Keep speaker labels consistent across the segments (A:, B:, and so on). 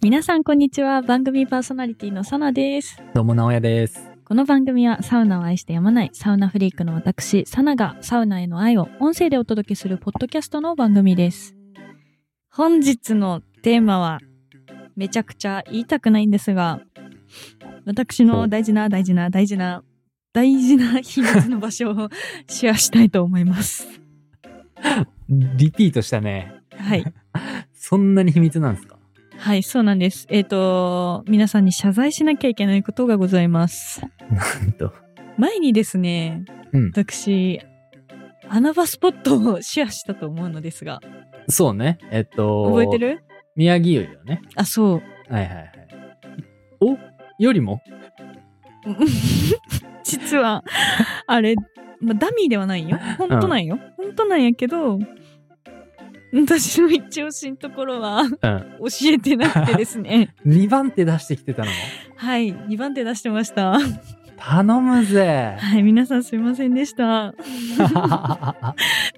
A: 皆さんこんにちは番組パーソナリティのサナです
B: どうも、直哉です。
A: この番組はサウナを愛してやまないサウナフリークの私サナがサウナへの愛を音声でお届けするポッドキャストの番組です本日のテーマはめちゃくちゃ言いたくないんですが私の大事な大事な大事な大事な秘密の場所を シェアしたいと思います
B: リピートしたね。
A: はい
B: そんなに秘密なんですか
A: はいそうなんですえっ、と皆さんに謝罪しなきゃいけないことがございます
B: なんと。
A: 前にですね、
B: うん
A: 私穴場スポットをシェアしたと思うのですが
B: そうね。えっと。
A: 覚えてる
B: 宮城よりよね。
A: あそう
B: はいはいはい。およりも
A: 実 はあれ、まあ、ダミーではないよ本当なんよ、本当なんやけど私の一押しのところは
B: うん。
A: 教えてなくてです ね
B: 2番手出してきてたの
A: はい2番手出してましたは
B: 頼むぜ。
A: い皆さんすいませんでしたっ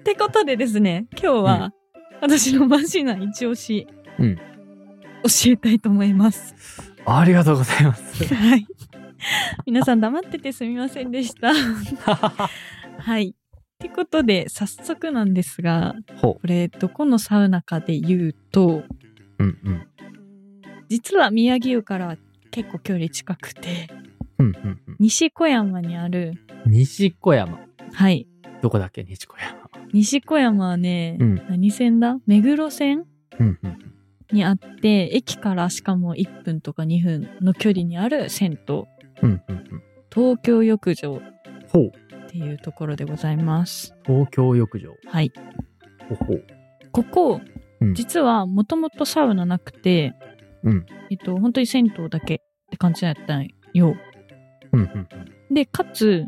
A: てことでですね今日は、私のマジな一押し、
B: うん
A: 教えたいと思います
B: ありがとうございます。
A: はい。皆さん黙っててすみませんで した。はい。ってことで、早速なんですが、
B: ほ
A: これ、どこのサウナかで言うと、
B: う。うんうん。
A: 実は宮城湯からは結構距離近くて、
B: うんうんうん。
A: 西小山にある、
B: 西小山。
A: はい。
B: どこだっけ西小山。
A: 西小山はね、
B: うん
A: 何線だ目黒線
B: うんうん。
A: にあって、駅からしかも1分とか2分の距離にある銭湯、
B: うんうんうん。
A: 東京浴場っ
B: ほう。
A: ていうところでございます。
B: 東京浴場。
A: はい。
B: ほほう。
A: ここ、
B: うん
A: 実はもともとサウナなくて、
B: うん
A: えっと、本当に銭湯だけって感じだったんよ。
B: うんうんうん。
A: で、かつ、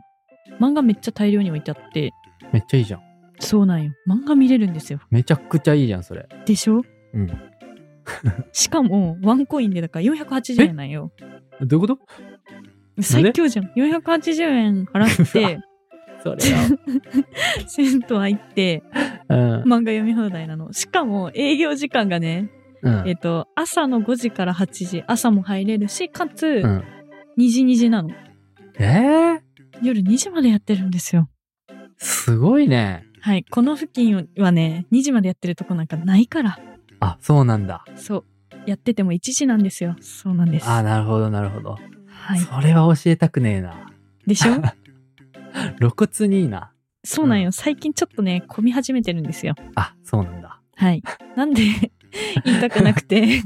A: 漫画めっちゃ大量に置いてあって、
B: めっちゃいいじゃん。
A: そうなんよ。漫画見れるんですよ。
B: めちゃくちゃいいじゃん、それ。
A: でしょ
B: うん。
A: しかも、ワンコインでだから480円なんよ。
B: どういうこと
A: 最強じゃん。480円払って、
B: それは。
A: 銭湯入って、
B: うん。
A: 漫画読み放題なの。しかも、営業時間がね、
B: うん
A: えっと、朝の5時から8時、朝も入れるし、かつ
B: う、ん。
A: 2時2時なの。
B: えー、
A: 夜2時までやってるんですよ。
B: すごいね。
A: はい。この付近はね、2時までやってるとこなんかないから。
B: あ、そうなんだ。
A: そう。やってても1時なんですよ。そうなんです。
B: あ、
A: は
B: なるほど、なるほど。
A: い。
B: それは教えたくねえな。
A: でしょ
B: 露骨にいいな。
A: そうなんよ。最近ちょっとね、混み始めてるんですよ。
B: あ、そうなんだ。
A: はい。なんで、 言いたくなくて、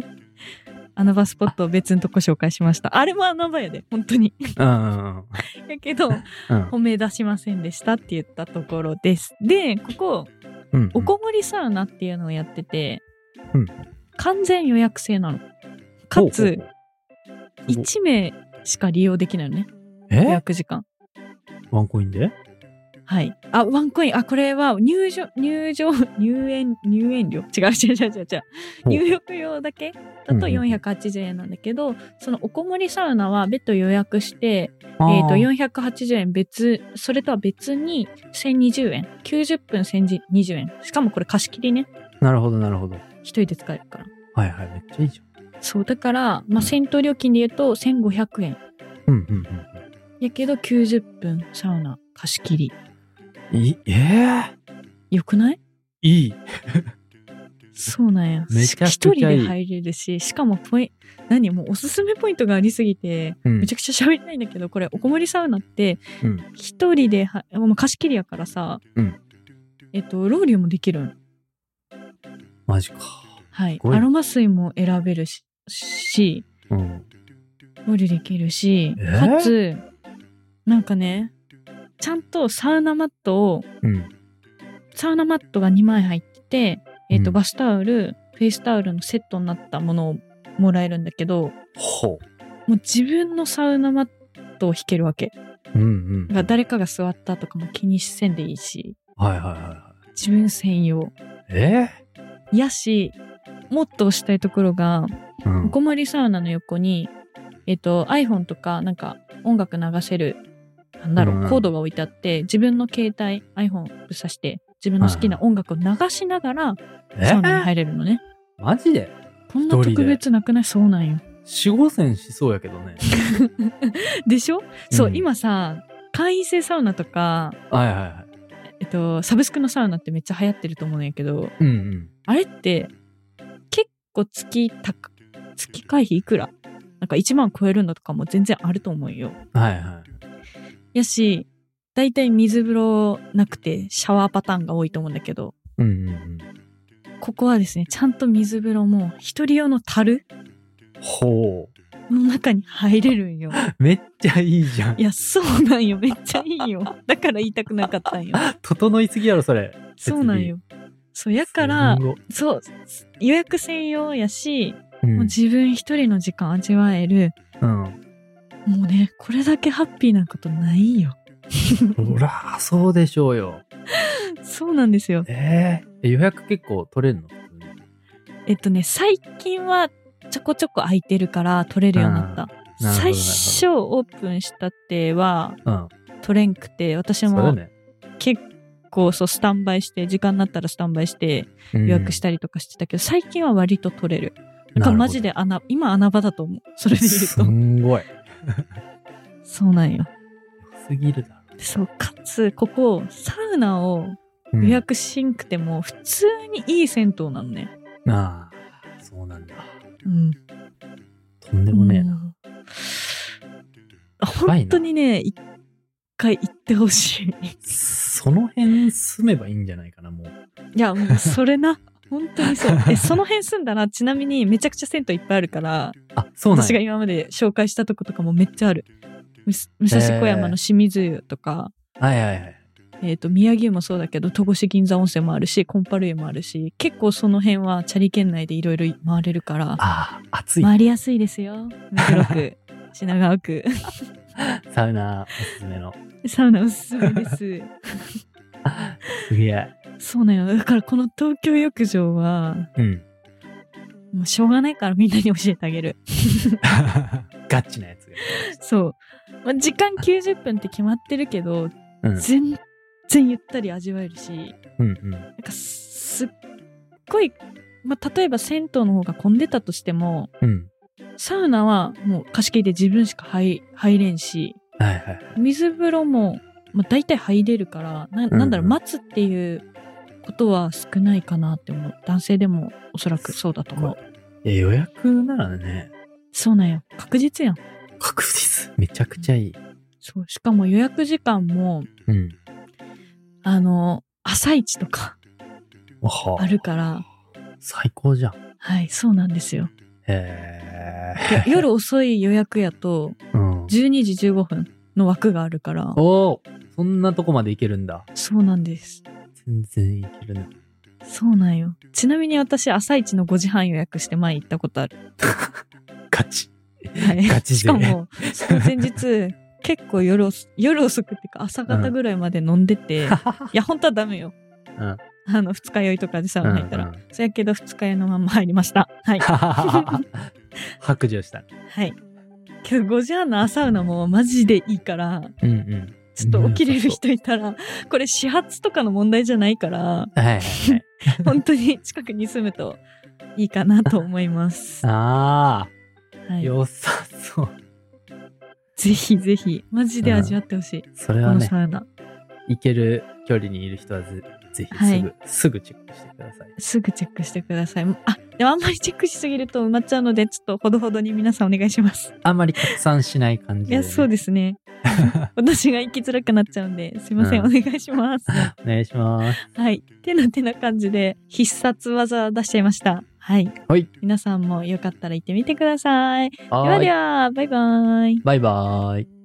A: 穴場スポットを別のとこ紹介しました。あれも穴場やで、本当に。
B: うんうん
A: やけど、
B: うん。
A: 褒め出しませんでしたって言ったところです。で、ここ、
B: うん。うん
A: おこもりサウナっていうのをやってて、
B: うん
A: 完全予約制なの。かつ、、
B: ほうほう
A: 1名しか利用できないのね、予
B: え
A: 約時間。
B: ワンコインで
A: はい。あ、ワンコイン、あ、これは入場、入場、入園、入園料。違う違う違う違う違う。
B: ほう
A: 入浴料だけだ
B: うんうん
A: と480円なんだけど、そのおこもりサウナは別途予約して、
B: あー
A: えっ、と、480円別、それとは別に1020円。90分1020円。しかもこれ貸し切りね。
B: なるほど、なるほど。
A: 一人で使えるから。
B: はいはい、めっちゃいいじゃん。
A: そう、だから、まあ、銭湯料金で言うと1500円。
B: うんうんうん
A: やけど90分サウナ貸し切り。
B: うん。いえー、
A: よくない
B: いい。
A: そうなんや。
B: め
A: し
B: ちゃくちゃいい
A: 一人で入れるし、しかもポイ何もうおすすめポイントがありすぎて、
B: うん
A: めちゃくちゃ喋りたいんだけど、これ、おこもりサウナって
B: うん、
A: 一人では、もう貸し切りやからさ、
B: うん
A: えっと、ロウリュもできるん。
B: マジか。
A: はい。
B: ごい
A: アロマ水も選べるし、し
B: うん。
A: ロウリュできるし、
B: えー
A: かつ、なんかね、ちゃんとサウナマットを
B: うん。
A: サウナマットが2枚入ってて、えっと
B: うん
A: バスタオルフェイスタオルのセットになったものをもらえるんだけど
B: ほ
A: もう自分のサウナマットを引けるわけ
B: う。うんうん。
A: だから誰かが座ったとかも気にせんでいいし
B: はいはいはいは
A: 自分専用
B: い。え
A: やしもっと推したいところが
B: ー、う
A: おこまりサウナの横に、えっと iPhone とかなんか音楽流せるなんだろう、
B: うん
A: コードが置いてあって自分の携帯 iPhone ぶっ刺して自分の好きな音楽を流しながら
B: え
A: サウナに入れるのね。
B: マジで
A: こんな
B: 一人で
A: 特別なくないそうなんよ。
B: 四五千しそうやけ どね。
A: でしょ、そうう、
B: ん
A: 今さ、会員制サウナとか、
B: はいはいはい。
A: えっと、サブスクのサウナってめっちゃ流行ってると思うんやけど、
B: うんうん。
A: あれって、結構月高、月会費いくらなんか1万超えるのとかも全然あると思うよ。
B: はいはい。
A: やし、だいたい水風呂なくてシャワーパターンが多いと思うんだけど、
B: うんうんうん。
A: ここはですね、ちゃんと水風呂も一人用の樽
B: ほう。
A: の中に入れるん よ。
B: めっちゃいいじゃん
A: い。や、そうなんよ。めっちゃいいよ。だから言いたくなかった んよ。
B: 整いすぎやろ、それ。
A: そうなんよ。そう、やから
B: す、ごい
A: そう、予約専用やし、
B: うん
A: もう自分一人の時間味わえる。
B: うん。
A: もうね、これだけハッピーなことないよ。
B: ほら、そうでしょうよ。
A: そうなんですよ。
B: えーえ。予約結構取れるの
A: えっとね、最近はちょこちょこ空いてるから取れるようになった。
B: なるほどなる
A: 最
B: ほど
A: 初オープンしたては
B: うん。
A: 取れんくて、私
B: そうだ
A: も
B: ね。
A: 結構そうスタンバイして、時間になったらスタンバイして予約したりとかしてたけど、最近は割と取れる。
B: う
A: な
B: ん。
A: んか
B: なるほど
A: マジ。で穴、今穴場だと思う。それで言
B: す
A: うと。
B: んごい。
A: そうなんよ。
B: すぎるだ
A: そう、かつ、ここ、サウナを
B: ろ。
A: 予約しんくても、普通にいい銭湯なのね。
B: うん。ああ、そうなんだ。
A: うん。
B: とんでもねえな。
A: うん本当にね、一回行ってほしい。
B: その辺住めばいいんじゃないかな、もう。
A: いや、もうそれ な。本当にそう。え、その辺住んだら、ちなみにめちゃくちゃ銭湯いっぱいあるから、
B: あ、そうなん
A: 私が
B: や
A: 今まで紹介したとことかもめっちゃある。むす武蔵小山の清水湯とか、
B: はいはいはい。
A: えっ、と、宮城湯もそうだけど、戸越銀座温泉もあるし、コンパル湯もあるし、結構その辺はチャリ圏内でいろいろ回れるから、
B: ああ、暑い。
A: 回りやすいですよ。目黒 区、品川区。
B: サウナおすすめの。
A: サウナおすすめです。
B: すげえ。
A: そうなんよ。だからこの東京浴場は、
B: うん。
A: もうしょうがないからみんなに教えてあげる。
B: ガッチなやつが。
A: そう。まあ、時間90分って決まってるけど、
B: うん。
A: 全然ゆったり味わえるし、なん
B: うんうん。
A: かすっごい、まあ、例えば銭湯の方が混んでたとしても、
B: うん。
A: サウナはもう貸し切りで自分しか入入れんし、
B: はいはいはい。
A: 水風呂も、まあ、大体入れるから、ななんだろう、
B: うんうん
A: 待つっていうことは少ないかなって思う。男性でもおそらくそうだと思う。
B: いや予約ならね、
A: そうなんよ。確実やん。
B: 確実。めちゃくちゃいい。
A: そう。しかも予約時間も、
B: うん。
A: あの、朝一とか
B: は
A: あるから、
B: 最高じゃん。
A: はい、そうなんですよ。
B: へ
A: で
B: え。
A: 夜遅い予約やと、
B: うん。
A: 12時15分の枠があるから、
B: おおそんなとこまで行けるんだ。
A: そうなんです。
B: 全然行けるね。
A: そうなんよ。ちなみに私、朝一の5時半予約して前行ったことある。
B: ガ チ。
A: はい。
B: ガチ勢
A: しかも、その前日、結構夜遅夜遅くっていうか朝方ぐらいまで飲んでて、いや、本当はダメよ。
B: うん
A: あの、二日酔いとかでサウナ入ったら。
B: うんうん
A: そやけど、二日酔いのまま入りました。はい。
B: 白状した。
A: はい。けど5時半の朝サウナもマジでいいから、
B: うんうん。
A: ちょっと起きれる人いたら、これ始発とかの問題じゃないから、
B: はいはいはい。
A: 本当に近くに住むといいかなと思います。
B: あ
A: は
B: あ、
A: い、
B: 良さそう。
A: ぜひぜひ、マジで味わってほしい。
B: それ
A: こ
B: は
A: の
B: ね、
A: サウナ。
B: 行ける距離にいる人はぜぜひすぐ、
A: はい
B: すぐチェックしてください。
A: すぐチェックしてください。あ、でもあんまりチェックしすぎると埋まっちゃうので、ちょっとほどほどに皆さんお願いします。
B: あんまり拡散しない感じ
A: い
B: で
A: や、
B: ね、
A: そうですね。私が行きづらくなっちゃうんで、すいません、
B: うん
A: お願いします。
B: お願いします。
A: はい。てなてな感じで、必殺技出しちゃいました。はい。
B: はい。
A: 皆さんもよかったら行ってみてください。で
B: は
A: は
B: ーい
A: では、バイバイ。
B: バイバーイ。